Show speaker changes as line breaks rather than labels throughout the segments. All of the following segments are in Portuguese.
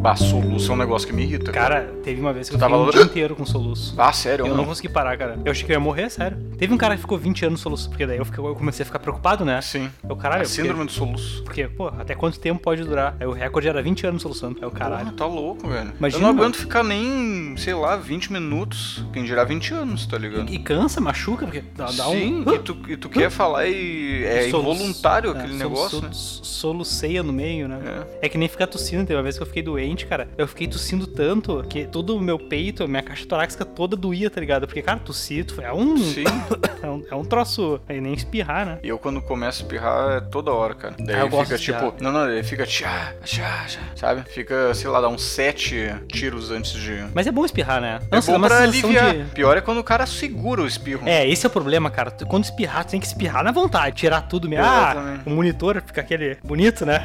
Bah, soluço é um negócio que me irrita.
Cara, teve uma vez
Tu
que eu
tava
fiquei um
louco?
dia inteiro com soluço.
Ah, sério?
Eu
mano?
não consegui parar, cara. Eu achei que eu ia morrer, sério. Teve um cara que ficou 20 anos soluço, porque daí eu, fiquei- eu comecei a ficar preocupado, né?
Sim.
Eu, caralho,
assim. A síndrome do soluço.
Porque, pô, até quanto tempo pode durar? Aí o recorde era 20 anos soluçando. É o caralho.
Porra, tá louco, velho. eu
Imagina,
não aguento
mano.
ficar nem, sei lá, 20 minutos. Quem dirá 20 anos, tá ligado?
E cansa, machuca, porque dá, dá
Sim,
um.
e tu, e tu quer falar e é
Solu-
involuntário
é,
aquele
solu-
negócio,
solu-
né?
Soluceia no meio, né? É. que nem ficar tossindo. Teve uma vez que eu fiquei doente, cara. Eu fiquei tossindo tanto que todo o meu peito, a minha caixa torácica toda doía, tá ligado? Porque, cara, tossir tu- é um,
Sim.
é um. É um troço. É nem espirrar, né?
E eu quando começo a espirrar é toda hora, cara. Daí
Ah, eu gosto
fica
de
tipo.
espirrar.
Não, não, ele fica tchá, tchá, tchá. Sabe? Fica, sei lá, dá uns sete tiros antes de.
Mas é bom espirrar, né?
É
Nossa, dá
bom
uma
pra
sensação
aliviar.
de-
Pior é quando o cara segura o espirro.
É, esse é o problema, cara. Tu- Quando espirrar, tu tem que espirrar na vontade, tirar tudo mesmo. Ah,
Exatamente.
o monitor fica aquele bonito, né?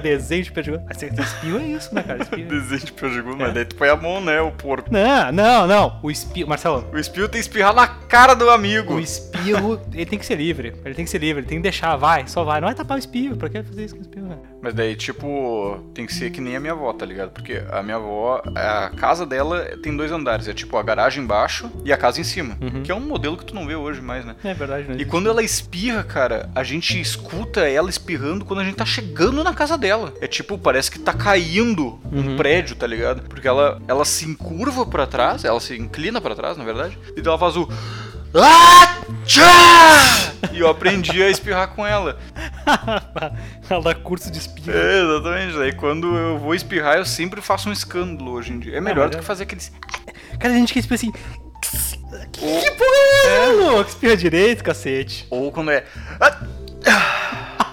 Desenho de perdigão. Mas você espirro é isso, né, cara? Espirro.
Desenho de perdigoto, mas daí tu põe a mão, né? O porco.
Não, não, não. O espirro. Marcelo,
O espirro tem que espirrar na cara do amigo.
o espirro, ele tem que ser livre. Ele tem que ser livre, ele tem que deixar, vai, só vai. Não é tapar o espirro. Pra que fazer isso com o espirro, né?
Mas daí, tipo, tem que ser que nem a minha avó, tá ligado? Porque a minha avó, a casa dela tem dois andares. É tipo a garagem embaixo e a casa em cima. Que é um modelo que tu não vê hoje mais, né?
É verdade, né?
E quando ela espirra, cara, a gente escuta ela espirrando quando a gente tá chegando na casa dela. É tipo, parece que tá caindo
Uhum.
um prédio, tá ligado? Porque ela, ela se encurva pra trás, ela se inclina pra trás, na verdade, e dá ela faz o. "Ah, tchá!" E eu aprendi a espirrar com ela.
Ela dá curso de espirro.
É, exatamente. Daí quando eu vou espirrar, eu sempre faço um escândalo hoje em dia. É melhor do
melhor.
que fazer aqueles.
Cara, a gente que espirra assim. Que porra é, essa, louco? Espirra direito, cacete.
Ou quando é. "Ah, ah."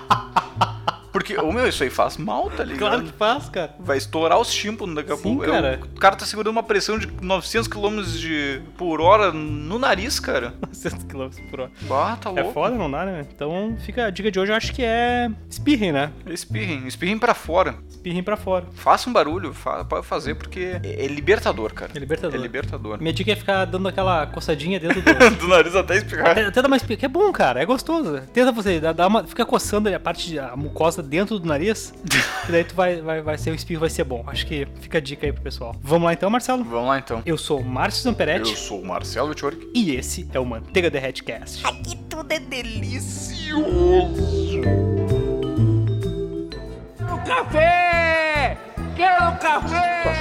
Porque, ô meu, isso aí faz mal, tá ligado?
Claro que faz, cara.
Vai estourar os tímpanos daqui a
Sim,
pouco. É,
cara.
o cara tá segurando uma pressão de 900 km de... por hora no nariz, cara.
900 km por hora.
Ah, tá
É
louco.
foda, não dá, né? Então fica a dica de hoje, eu acho que é espirrem, né?
Espirrem, espirrem pra fora.
Espirrem pra fora.
Faça um barulho, fa- pode fazer, porque é é libertador, cara.
É libertador.
É libertador.
Minha dica é ficar dando aquela coçadinha dentro do.
Do nariz até espirrar.
Tenta mais que é bom, cara, é gostoso. Tenta você, dá, dá uma, fica coçando ali a parte, a mucosa dentro do nariz, e daí tu vai, vai, vai ser, o espirro vai ser bom. Acho que fica a dica aí pro pessoal. Vamos lá então, Marcelo?
Vamos lá então.
Eu sou o Márcio
Eu
Zamperetti
sou o Marcelo Tchork.
e esse é o Manteiga Derretcast.
Aqui tudo é delicioso.
café! Quero café!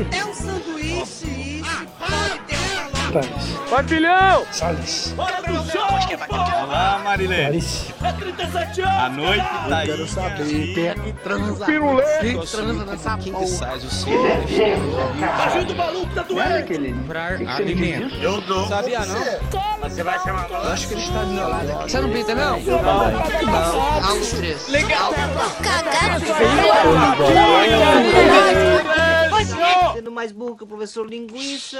Até um sanduíche, isso. pode deixar lá.
Patilhão!
Sendo mais burro que o professor linguiça.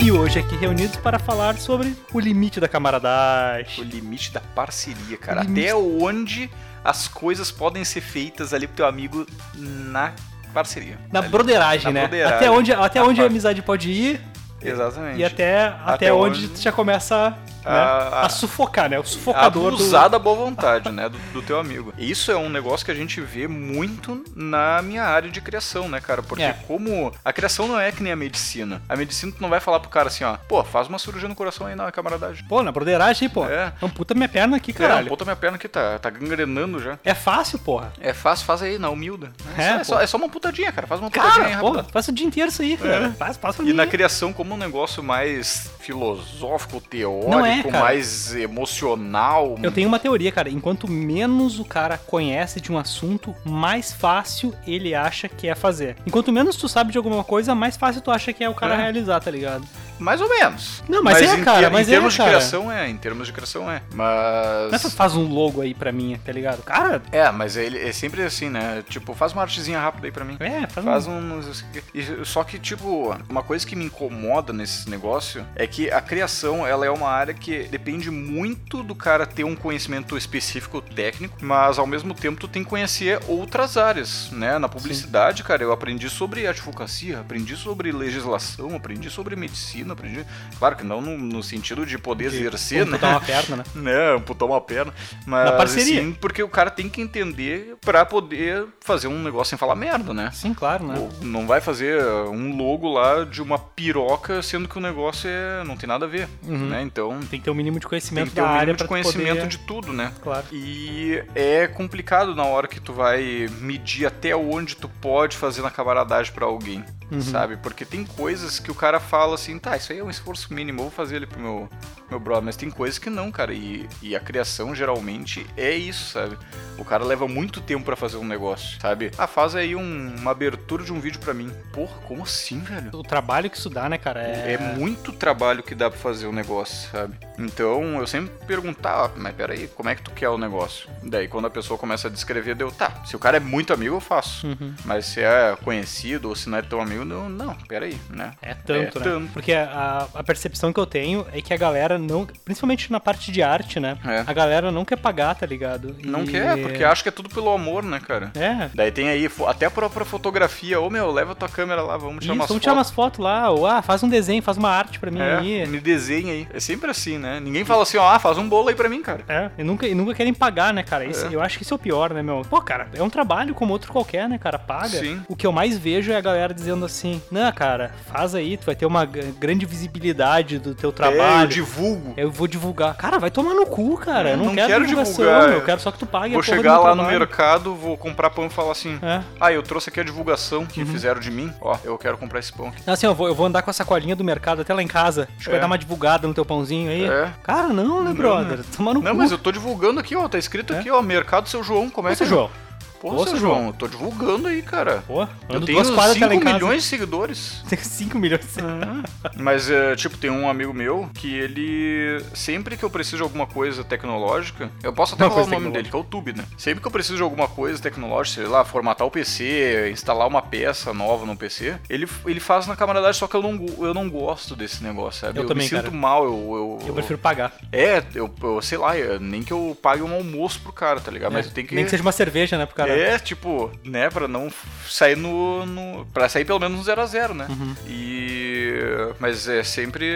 E hoje aqui reunidos para falar sobre o limite da
O
camaradagem.
limite da parceria, cara.
O limite-
Até onde as coisas podem ser feitas ali pro teu amigo na parceria.
Na
Ali.
broderagem,
Na
né?
broderagem.
Até onde, até
Na
onde a
parte-
amizade pode ir
Exatamente.
e até, até,
Até
onde,
onde- Ah,
tu já começa né,
A-
a,
a-
sufocar, né? O sufocador do-
Abusar da boa vontade, né? Do, do teu amigo. E Isso é um negócio que a gente vê muito na minha área de criação, né, cara? Porque
É.
como a criação não é que nem a medicina. A medicina tu não vai falar pro cara assim, ó, pô, faz uma cirurgia no coração aí na camaradagem.
Pô, na broderagem, pô.
É.
Amputa minha perna aqui,
Cara,
caralho.
bota minha perna aqui, tá, tá gangrenando já.
É fácil, porra.
É, faz, faz aí, na humilda.
É,
só-
pô.
só, é só uma putadinha, cara. Faz uma putadinha aí,
Cara,
rapidão.
pô, passa o dia inteiro isso aí, cara. Passa, passa
E
ali.
na criação, como um negócio mais filosófico, teórico,
Não é, cara.
mais emocional.
Eu tenho uma teoria, cara. Enquanto menos o cara conhece de um assunto, mais fácil ele acha que é fazer. Enquanto menos tu sabe de alguma coisa, mais fácil tu acha que é o cara
É.
realizar, tá ligado?
Mais ou menos.
Não, mas é,
em
cara,
ter-
mas
em
é,
termos
cara.
de criação é, em termos de criação é.
Não é só
Mas.
faz um logo aí pra mim, tá ligado? Cara,
É, mas ele é sempre assim, né? Tipo, faz uma artezinha rápida aí pra mim.
é, faz,
Faz
um...
um. e- Só que, tipo, uma coisa que me incomoda nesse negócio é que a criação, ela é uma área que depende muito do cara ter um conhecimento específico técnico, mas ao mesmo tempo tu tem que conhecer outras áreas, né? Na publicidade, cara, eu aprendi sobre advocacia, aprendi sobre legislação, aprendi sobre medicina, não aprendi. Claro que não no, no sentido de poder exercer, né?
Amputar uma perna, né?
Não, amputar uma perna. Mas
Na parceria.
sim, porque o cara tem que entender pra poder fazer um negócio sem falar merda, né?
Sim, claro, né?
Pô, Não vai fazer uh, um logo lá de uma piroca, sendo que o negócio é... não tem nada a ver, né? Então
Tem que ter um mínimo de
tem
conhecimento
que ter
da
um
área
mínimo
pra
de
tu
conhecimento
poder...
de tudo, né?
Claro.
E é complicado na hora que tu vai medir até onde tu pode fazer na camaradagem pra alguém, sabe? Porque tem coisas que o cara fala assim, tá, isso aí é um esforço mínimo, eu vou fazer ele pro meu, meu brother, mas tem coisas que não, cara. E, e a criação geralmente é isso, sabe? O cara leva muito tempo pra fazer um negócio, sabe? Ah, faz aí um- uma abertura de um vídeo pra mim. Porra, como assim, velho?
O trabalho que isso dá, né, cara? É,
É muito trabalho que dá pra fazer o negócio, sabe? Então eu sempre perguntava, mas peraí, como é que tu quer o negócio? Daí quando a pessoa começa a descrever, deu, tá, se o cara é muito amigo, eu faço.
Uhum.
Mas se é conhecido ou se não é tão amigo, não, não, peraí, né?
É tanto,
É
né?
tanto.
Porque a, a percepção que eu tenho é que a galera não. Principalmente na parte de arte, né?
É.
A galera não quer pagar, tá ligado?
Não
E-
quer, porque acha que é tudo pelo amor, né, cara?
É.
Daí tem aí, fo- até a própria fotografia, ô meu, leva tua câmera lá, vamos
Isso,
tirar umas
vamos
fotos.
tirar umas fotos lá, ou ah, faz um desenho, faz uma arte pra mim
É,
aí.
me desenha aí. É sempre assim, né? Ninguém fala assim, ó, ah, faz um bolo aí pra mim, cara.
É, e nunca, e nunca querem pagar, né, cara? Isso-
É.
Eu acho que isso é o pior, né, meu? Pô, cara, é um trabalho como outro qualquer, né, cara? Paga.
Sim.
O que eu mais vejo é a galera dizendo assim: não, cara, faz aí, tu vai ter uma g- grande visibilidade do teu
É, eu
trabalho.
divulgo.
Eu vou divulgar. Cara, vai tomar no cu, cara. Eu não,
Hum, Não
quero,
quero
divulgação.
divulgar. é.
Eu quero só que tu pague
Vou
a porra do
chegar
meu
lá no
trabalho.
mercado, vou comprar pão e falar assim:
É.
Ah, eu trouxe aqui a divulgação
Uhum.
que fizeram de mim. Ó, eu quero comprar esse pão aqui.
Assim, eu vou, eu vou andar com a sacolinha do mercado até lá em casa. Acho que vai
É.
dar uma divulgada no teu pãozinho aí.
É.
Cara, não, né, brother?
né?
Toma no
Não,
cu.
mas eu tô divulgando aqui, ó. Tá escrito aqui, ó. Mercado seu João. Como é
É. Ô,
que.
seu João.
Porra,
Ô,
seu
seu João.
João. Eu tô divulgando aí, cara.
Pô,
Eu
ando
tenho
duas
5
quadras até lá em casa.
milhões Ah, de seguidores.
Tem 5 milhões.
Mas, é, tipo, tem um amigo meu que ele. Sempre que eu preciso de alguma coisa tecnológica. Eu posso até
Uma
falar o
coisa
nome dele, que é o Tube, né? Sempre que eu preciso de alguma coisa tecnológica, sei lá, formatar o PC, instalar uma peça nova no PC, ele, ele faz na camaradagem, só que eu não, go- eu não gosto desse negócio, sabe?
Eu também,
me sinto
cara.
mal, eu. eu,
Eu prefiro pagar.
É, eu, eu sei lá, eu- nem que eu pague um almoço pro cara, tá ligado? Mas eu tenho que.
É, Nem que seja uma cerveja, né, pro cara.
É, tipo, né, pra não sair no. no pra sair pelo menos no 0 a 0 né? E. Mas é sempre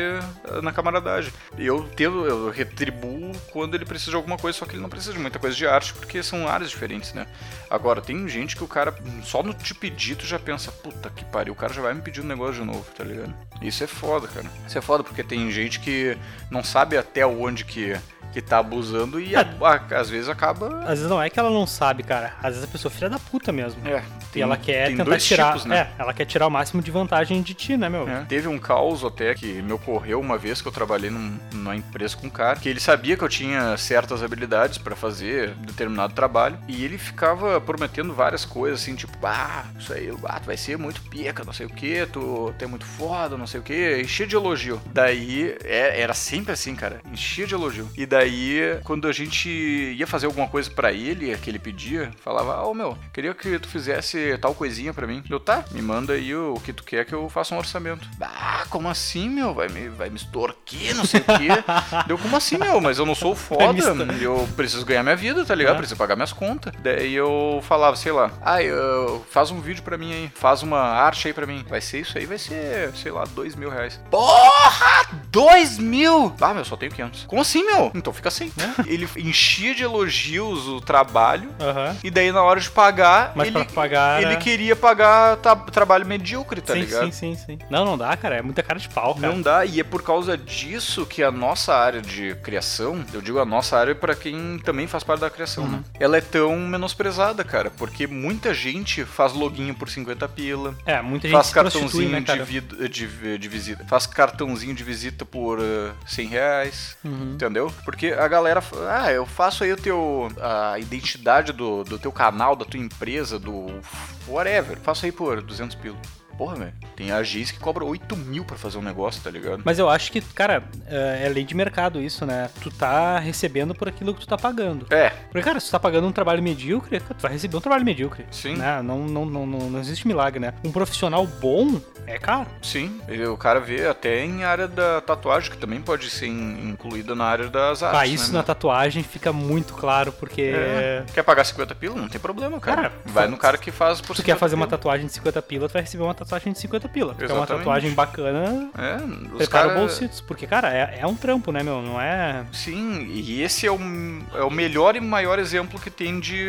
na camaradagem. Eu tento, eu retribuo quando ele precisa de alguma coisa, só que ele não precisa de muita coisa de arte, porque são áreas diferentes, né? Agora, tem gente que o cara, só no te pedir, tu já pensa, puta que pariu, o cara já vai me pedir um negócio de novo, tá ligado? Isso é foda, cara. Isso é foda, porque tem gente que não sabe até onde que. Que tá abusando e a- a- às vezes acaba.
Às vezes não é que ela não sabe, cara. Às vezes a pessoa é filha da puta mesmo.
É,
e ela quer
tem
tentar
dois
tirar.
tipos, né?
É, ela quer tirar o máximo de vantagem de ti, né, meu?
É. Teve um caos até que me ocorreu uma vez que eu trabalhei num- numa empresa com um cara que ele sabia que eu tinha certas habilidades pra fazer determinado trabalho e ele ficava prometendo várias coisas assim, tipo, ah, isso aí ah, tu vai ser muito pica, não sei o que, tu tu é muito foda, não sei o que, enchia de elogio. Daí é- era sempre assim, cara, enchia de elogio. E daí, quando a gente ia fazer alguma coisa pra ele, que ele pedia, falava, ô meu, queria que tu fizesse tal coisinha pra mim. Eu, tá, me manda aí o, o que tu quer que eu faça um orçamento. Ah, como assim, meu? Vai me, vai me extorquir, não sei o quê. Deu, como assim, meu? Mas eu não sou
Vai me
foda,
extor-
eu preciso ganhar minha vida, tá ligado?
É.
Preciso pagar minhas contas. Daí eu falava, sei lá, ah, eu, faz um vídeo pra mim aí, faz uma arte aí pra mim. Vai ser isso aí, vai ser, sei lá, dois mil reais. Porra! Dois mil! Ah, meu, só tenho 500. Como assim, meu? Então fica assim. Ele enchia de elogios o trabalho.
Aham.
E daí, na hora de pagar,
Mas
ele,
pra pagar
ele
era-
queria pagar tra- trabalho medíocre, tá
sim,
ligado?
sim, sim, sim. Não, não dá, cara. É muita cara de pau, cara.
Não dá, e é por causa disso que a nossa área de criação, eu digo a nossa área pra quem também faz parte da criação,
Uhum.
né? Ela é tão menosprezada, cara, porque muita gente faz login por 50 pila,
É, muita gente
faz
se prostitui,
cartãozinho
né,
de,
cara?
vid- de vi- de visita, faz cartãozinho de visita por eh, 100 reais,
Uhum.
entendeu? Porque a galera, fa- ah, eu faço aí o teu, a identidade do, do teu canal, da tua empresa, do whatever, faço aí por 200 pila. Porra, velho, tem agência que cobra 8 mil pra fazer um negócio, tá ligado?
Mas eu acho que, cara, é é lei de mercado isso, né? Tu tá recebendo por aquilo que tu tá pagando.
É,
Porque, cara, se tu tá pagando um trabalho medíocre, tu vai receber um trabalho medíocre.
Sim.
Né? Não, não, não, não, não existe milagre, né? Um profissional bom é caro.
Sim, e o cara vê até em área da tatuagem, que também pode ser in- incluída na área das artes.
Ah, isso
né,
na tatuagem fica muito claro, porque
É. Quer pagar 50 pila? Não tem problema, cara.
Cara,
Vai no cara que faz por
se tu quer
50
fazer uma
pila.
tatuagem de 50 pila, tu vai receber uma tatuagem de 50 pila. Porque é uma
Exatamente.
tatuagem bacana.
É, os
Prepara
caras.
o bolsitos, porque, cara, é, é um trampo, né, meu? Não é.
Sim, e esse é o, é o melhor e maior exemplo que tem de,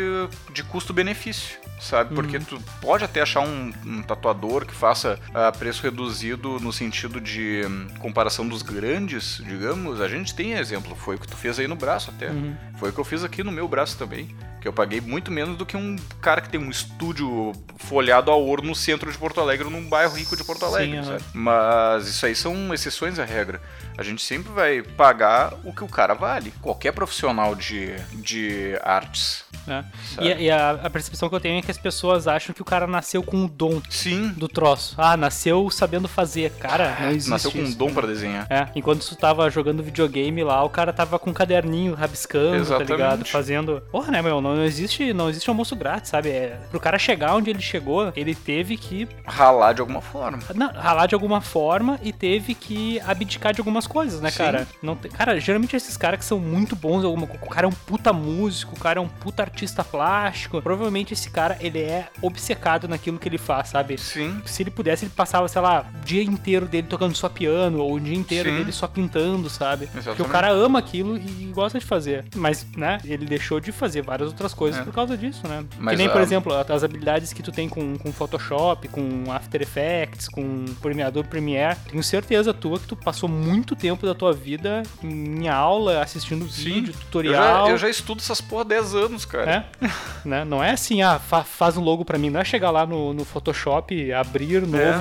de custo-benefício, sabe? Porque tu pode até achar um, um tatuador que faça a preço reduzido no sentido de hum, comparação dos grandes, digamos. A gente tem exemplo, foi o que tu fez aí no braço até. Foi o que eu fiz aqui no meu braço também. Que eu paguei muito menos do que um cara que tem um estúdio folhado a ouro no centro de Porto Alegre, num bairro rico de Porto Alegre,
aham.
sabe? Mas isso aí são exceções à regra. A gente sempre vai pagar o que o cara vale. Qualquer profissional de, de artes.
né?
Sabe.
E, e a, a percepção que eu tenho é que as pessoas acham que o cara nasceu com o dom
Sim,
do troço. Ah, nasceu sabendo fazer. Cara, não É, existe.
nasceu com um
isso.
dom pra desenhar.
É, enquanto tu tava jogando videogame lá, o cara tava com um caderninho rabiscando,
Exatamente.
tá ligado? Fazendo. Porra, né, meu? Não, não existe, não existe almoço grátis, sabe? É, pro cara chegar onde ele chegou, ele teve que
Ralar de alguma forma.
na- ralar de alguma forma e teve que abdicar de algumas coisas, né,
Sim.
cara? Não tem- cara, geralmente esses caras que são muito bons, em alguma, co- o cara é um puta músico, o cara é um puta artista plástico. Provavelmente esse cara, ele é obcecado naquilo que ele faz, sabe?
Sim.
Se ele pudesse, ele passava, sei lá, o dia inteiro dele tocando só piano, ou o dia inteiro
Sim.
dele só pintando, sabe? Porque o
Exatamente.
cara ama aquilo e gosta de fazer. Mas, né, ele deixou de fazer várias outras coisas
É.
por causa disso, né?
Mas
que nem, por
a-
exemplo, as habilidades que tu tem com, com Photoshop, com After Effects, com Premiador Premiere. Tenho certeza tua que tu passou muito tempo da tua vida em aula, assistindo vídeo,
Eu já,
tutorial.
eu já estudo essas porra há 10 anos, cara.
Né? Né? Não é assim, ah, fa- faz um logo pra mim. Não é chegar lá no, no Photoshop, abrir novo
É.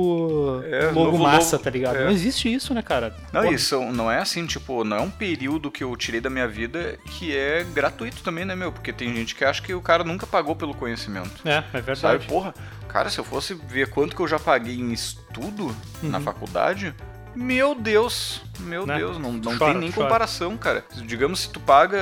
logo,
É,
logo
novo
massa,
logo,
tá ligado?
é.
Não existe isso, né, cara?
Não,
Pô,
isso não é assim, tipo, não é um período que eu tirei da minha vida que é gratuito também, né, meu? Porque tem gente que acha que o cara nunca pagou pelo conhecimento.
É, é verdade.
Sabe, porra, cara, se eu fosse ver quanto que eu já paguei em estudo na faculdade, meu Deus, meu
Uhum. Né?
Deus, não,
Tu
não
chora,
tem nem
tu chora.
comparação, cara. Digamos, se tu paga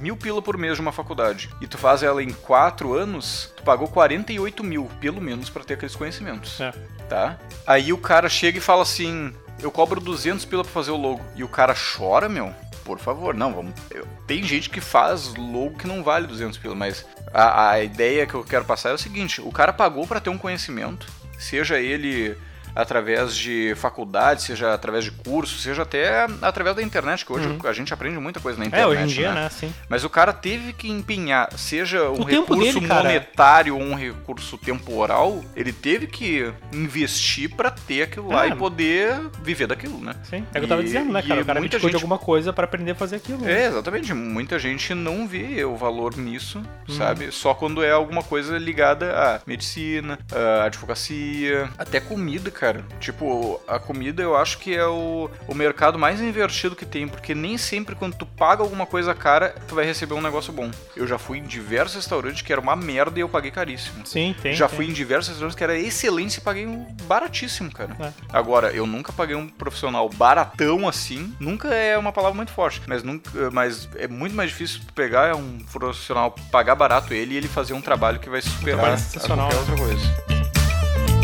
mil pila por mês de uma faculdade e tu faz ela em quatro anos, tu pagou 48 mil, pelo menos, pra ter aqueles conhecimentos,
É.
tá? Aí o cara chega e fala assim, eu cobro 200 pila pra fazer o logo. E o cara chora, meu? Por favor, não, vamos... eu- Tem gente que faz logo que não vale 200 pila, mas a, a ideia que eu quero passar é o seguinte: o cara pagou para ter um conhecimento, seja ele através de faculdade, seja através de curso, seja até através da internet, que hoje a gente aprende muita coisa na internet.
Uhum. É, hoje em dia, né, assim.
Mas o cara teve que empenhar, seja um
O tempo
recurso
dele, cara.
monetário ou um recurso temporal, ele teve que investir para ter aquilo lá
É.
e poder viver daquilo, né?
Sim. É o que eu tava
E-
dizendo, né,
e
cara? O cara
muita
abdicou de
gente-
alguma coisa pra aprender a fazer aquilo. né?
É, exatamente. Muita gente não vê o valor nisso, sabe? Só quando é alguma coisa ligada à medicina, à advocacia, até comida, cara. Tipo, a comida eu acho que é o, o mercado mais invertido que tem, porque nem sempre quando tu paga alguma coisa cara, tu vai receber um negócio bom. Eu já fui em diversos restaurantes que era uma merda e eu paguei caríssimo.
Sim, tem.
Já
tem.
fui em diversos restaurantes que era excelente e paguei um baratíssimo, cara.
É.
Agora, eu nunca paguei um profissional baratão assim. Nunca é uma palavra muito forte, mas, nunca, mas é muito mais difícil tu pegar um profissional, pagar barato ele e ele fazer um trabalho que vai superar
trabalho
a
sensacional. né?
qualquer outra coisa.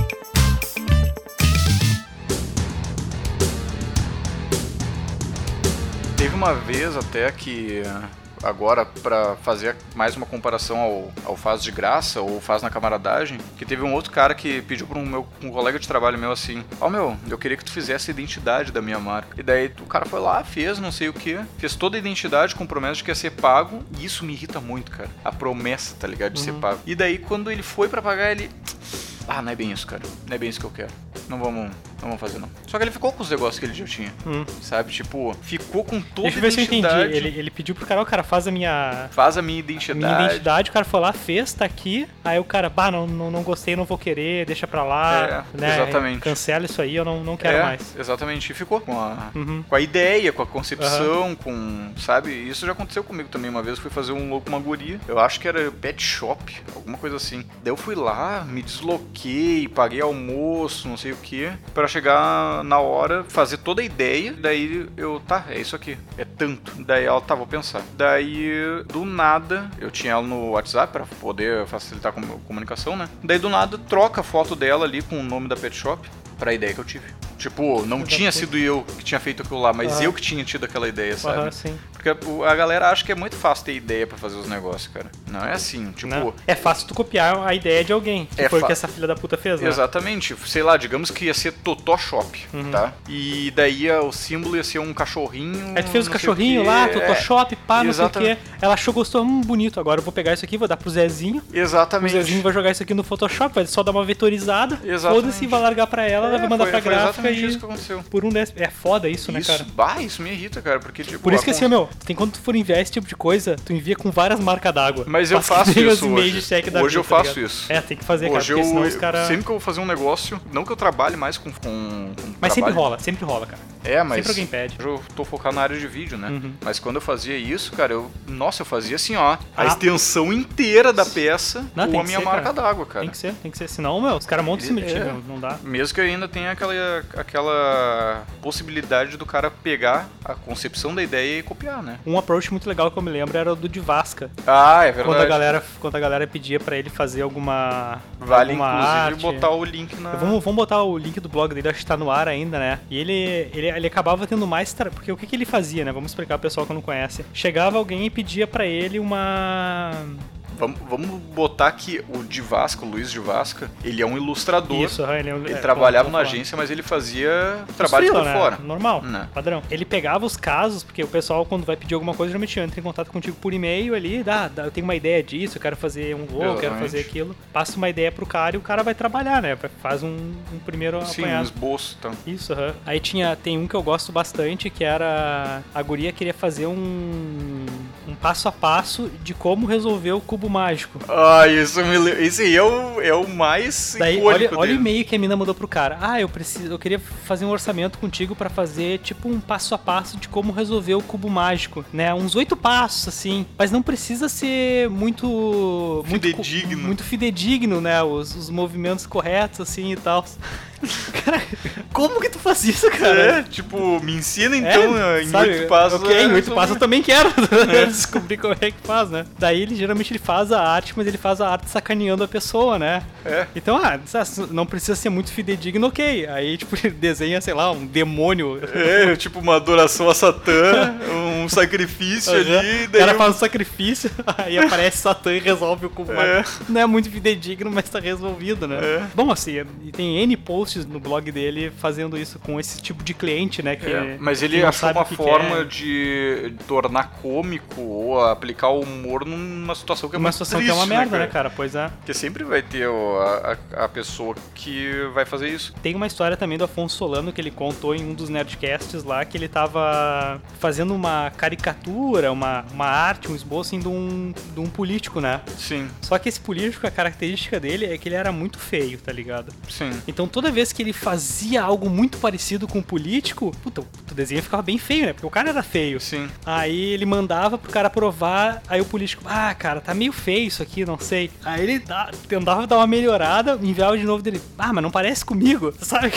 Teve uma vez até que agora pra fazer mais uma comparação ao, ao faz de graça ou faz na camaradagem, que teve um outro cara que pediu para um meu um colega de trabalho meu assim: "Ó meu, eu queria que tu fizesse a identidade da minha marca". E daí o cara foi lá, fez, não sei o que, fez toda a identidade com promessa de que ia ser pago, e isso me irrita muito, cara. A promessa, tá ligado, de ser pago. E daí quando ele foi pra pagar, ele ah, não é bem isso, cara. Não é bem isso que eu quero. Não vamos, não vamos fazer não. Só que ele ficou com os negócios que ele já tinha.
Hum.
Sabe? Tipo, ficou com toda
Deixa eu ver se eu entendi.
identidade.
Ele, ele pediu pro cara, ó, cara, faz a minha.
Faz a minha
a
identidade.
Minha identidade, o cara foi lá, fez, tá aqui. Aí o cara, bah, não, não, não gostei, não vou querer, deixa pra lá.
É,
né?
exatamente.
Cancela isso aí, eu não, não quero
é,
mais.
Exatamente. E ficou com a,
Uhum.
com a ideia, com a concepção, com. Sabe? Isso já aconteceu comigo também. Uma vez eu fui fazer um louco com uma guria. Eu acho que era pet shop, alguma coisa assim. Daí eu fui lá, me desloquei, paguei almoço, não sei o que. Pra chegar na hora, fazer toda a ideia. Daí eu, tá, é isso aqui. É tanto. Daí ela, tá, vou pensar. Daí, do nada, eu tinha ela no WhatsApp pra poder facilitar a comu- comunicação, né? Daí do nada troca a foto dela ali com o nome da pet shop pra ideia que eu tive. Tipo, não tinha sido eu que tinha feito aquilo lá, mas
Aham.
eu que tinha tido aquela ideia, sabe?
Aham, sim.
Porque o- a galera acha que é muito fácil ter ideia pra fazer os negócios, cara. Não é assim, tipo.
Né? É fácil tu copiar a ideia de alguém. Que
É
foi o
fa-
que essa filha da puta fez, né?
Exatamente, sei lá, digamos que ia ser Totó Shop,
Uhum.
tá? E daí ah, o símbolo ia ser um cachorrinho.
Aí tu fez o
não sei
cachorrinho
quê,
lá,
é.
Totó Shop, pá, não sei o quê.
Exatamente.
Ela achou, gostou, hum, bonito. Agora eu vou pegar isso aqui, vou dar pro Zezinho. O
Exatamente.
Zezinho vai jogar isso aqui no Photoshop, vai só dar uma vetorizada.
Exatamente. É,
Foda-se, vai largar pra ela, ela vai mandar
foi,
pra
foi
gráfica
exatamente
e...
isso que aconteceu.
Por um décimo. É foda isso, né, cara?
Isso, bah, isso me irrita, cara, porque tipo.
Por isso que
a
assim, ó, meu, tem quando tu for enviar esse tipo de coisa, tu envia com várias marcas d'água.
Mas eu
Passa
faço
bem os
isso
e-mails
hoje.
de cheque da
Hoje
vida,
eu
tá
faço
ligado?
isso.
É, tem que fazer,
Hoje
cara, porque senão
eu,
os caras...
sempre que eu vou fazer um negócio, não que eu trabalhe mais com, com, com
Mas sempre
trabalho.
rola, sempre rola, cara.
É, mas
Sempre alguém pede.
hoje
Uhum.
eu tô focado na área de vídeo, né? Mas quando eu fazia isso, cara, eu, nossa, eu fazia assim, ó, a
Ah.
extensão inteira da peça
Não, tem
com a
que
minha
ser,
marca
cara.
d'água, cara.
Tem que ser, tem que ser. Senão, meu, os caras montam esse
Ele-
metido,
é.
meu, não dá.
Mesmo que ainda tenha aquela, aquela possibilidade do cara pegar a concepção da ideia e copiar, né?
Um approach muito legal que eu me lembro era o do de Vasca.
Ah, é
Quando a
verdade.
galera, quando a galera pedia pra ele fazer alguma
Vale
alguma
inclusive
arte.
botar o link na.
Vamos, vamos botar o link do blog dele, acho que tá no ar ainda, né? E ele, ele, ele acabava tendo mais. tra- Porque o que, que ele fazia, né? Vamos explicar pro pessoal que não conhece. Chegava alguém e pedia pra ele uma.
Vamos, vamos botar que o de Vasco, o Luiz de Vasca, ele é um ilustrador.
Isso, aham, ele, é um-
Ele
é,
trabalhava
como
na
eu tô falando.
agência, mas ele fazia trabalho
Frila,
por
né?
fora.
Normal,
Né.
padrão. Ele pegava os casos, porque o pessoal, quando vai pedir alguma coisa, geralmente entra em contato contigo por e-mail ali, dá, dá, eu tenho uma ideia disso, eu quero fazer um logo, eu quero
Exatamente.
fazer aquilo. Passa uma ideia pro cara e o cara vai trabalhar, né? Vai- Faz um, um primeiro
Sim, um
apanhado.
esboço, então.
Isso, aham. Aí tinha, tem um que eu gosto bastante, que era. A guria queria fazer um. um passo a passo de como resolver o cubo mágico.
Ah, isso me lembra. Esse aí é o, é o mais
Daí,
icônico
olha, olha o
dele.
e-mail que a mina mandou pro cara. Ah, eu preciso, eu queria fazer um orçamento contigo pra fazer tipo um passo a passo de como resolver o cubo mágico, né? Uns oito passos assim, mas não precisa ser muito muito co-
Fidedigno.
muito fidedigno, né? Os, os movimentos corretos assim e tal. Cara, como que tu faz isso, cara?
É, tipo, me ensina então
É,
em
sabe,
oito passos. é né?
Ok, em
eu
oito
sou-
passos eu também quero descobrir como é que faz, né? Daí ele geralmente ele faz a arte, mas ele faz a arte sacaneando a pessoa, né?
É.
Então, ah, não precisa ser muito fidedigno, ok. Aí, tipo, ele desenha, sei lá, um demônio.
É, tipo uma adoração a Satã, um sacrifício ali,
o
daí
cara
eu-
faz um sacrifício, aí aparece Satã e resolve o cubo.
É.
Não é muito fidedigno, mas tá resolvido, né?
É.
Bom, assim, e tem N posts no blog dele fazendo isso com esse tipo de cliente, né? Que,
É, mas
que
ele
não
achou
sabe o
uma
que é.
forma
quer.
de tornar cômico ou aplicar o humor numa situação que é
Uma
muito
situação
triste,
que é uma merda, né,
cara?
cara? Pois é.
Porque sempre vai ter ó, a, a- a pessoa que vai fazer isso.
Tem uma história também do Afonso Solano que ele contou em um dos Nerdcasts lá, que ele tava fazendo uma caricatura, uma, uma arte, um esboço assim, de, um, de um político, né?
Sim,
Só que esse político, a característica dele é que ele era muito feio, tá ligado?
sim.
Então toda vez que ele fazia algo muito parecido com o político, puta, o desenho ficava bem feio, né? Porque o cara era feio.
Sim.
Aí ele mandava pro cara provar, aí o político, ah, cara, tá meio feio isso aqui, não sei. Aí ele dá- tentava dar uma melhorada, me enviava de novo dele, ah, mas não parece comigo, sabe?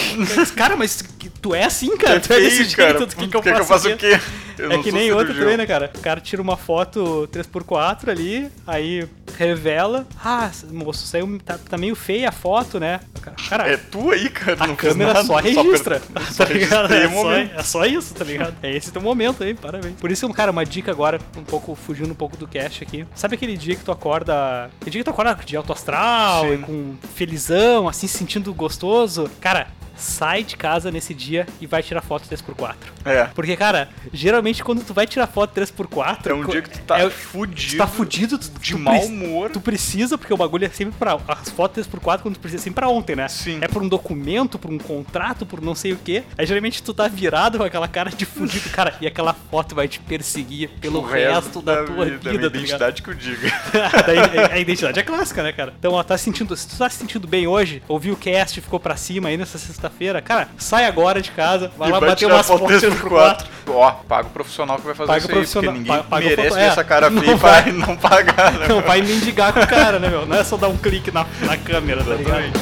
cara, mas tu é assim, cara, tu é desse
Ih, cara,
jeito, tu quer que eu
quer
faça
o quê? Eu
é
não
que
sou
nem outro
cirurgião.
também, né, cara? O cara tira uma foto 3x4 ali, aí revela. Ah, moço, saiu, tá, tá meio feia a foto, né? O cara, Cara,
É tu aí, cara.
a
não fiz
câmera
nada,
só
per-
registra,
só
tá ligado?
registrei
É
o
só,
momento.
é só isso, tá ligado? É esse teu momento aí, parabéns. Por isso, cara, uma dica agora, um pouco, fugindo um pouco do cast aqui. Sabe aquele dia que tu acorda... Aquele dia que tu acorda de alto astral
Sim.
e com felizão, assim, sentindo gostoso? Cara... Sai de casa nesse dia e vai tirar foto 3x4.
É.
Porque, cara, geralmente quando tu vai tirar foto 3x4.
É um dia que tu tá
é-
fudido.
Tu tá fudido, tu,
de
tu
mau
preci-
humor.
Tu precisa, porque o bagulho é sempre pra. As fotos 3x4, quando tu precisa, é sempre pra ontem, né?
Sim.
É pra um documento, pra um contrato, por não sei o quê. Aí geralmente tu tá virado com aquela cara de fudido, cara. E aquela foto vai te perseguir pelo
O
resto da, tua
minha- da minha
vida, tá ligado?
identidade que eu digo.
Daí, a identidade é clássica, né, cara? Então, ó, tá sentindo, se tu tá se sentindo bem hoje, ouviu o cast, ficou pra cima aí nessa sexta-feira, cara, sai agora de casa, vai
E
lá
vai
bater
tirar
umas
foto
fotos
3x4. Ó, paga o profissional que vai fazer
Paga o
isso
profissional-
aí, porque
pa-
ninguém
paga o
merece
foto-
ver
é,
essa cara
não
feia e
vai.
vai não pagar, né?
Não, vai mendigar com o cara, né, meu? Não é só dar um clique na, na câmera, tá ligado?
Exatamente.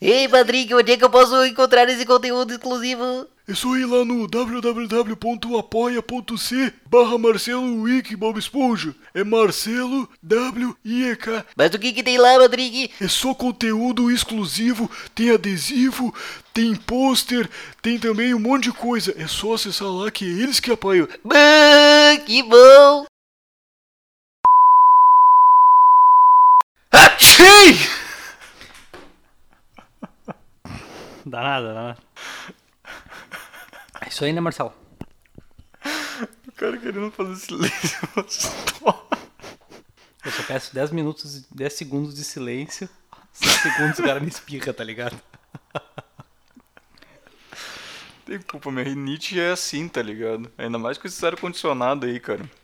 Ei, Patrick, onde é que eu posso encontrar esse conteúdo exclusivo?
Isso aí lá no www.apoia.c barra Marcelo Wiki Bob Esponja. É Marcelo W-I-E-K.
Mas o que, que tem lá, Rodrigo?
É só conteúdo exclusivo, tem adesivo, tem pôster, tem também um monte de coisa. É só acessar lá que é eles que apoiam.
Bah, que bom!
Achei!
Dá nada, dá nada. É Isso aí, né, Marcelo?
O cara querendo fazer silêncio, mas tô-
Eu só peço 10 minutos, 10 segundos de silêncio. 5 segundos o cara me espirra, tá ligado?
Tem culpa, minha rinite é assim, tá ligado? Ainda mais com esse ar condicionado aí, cara.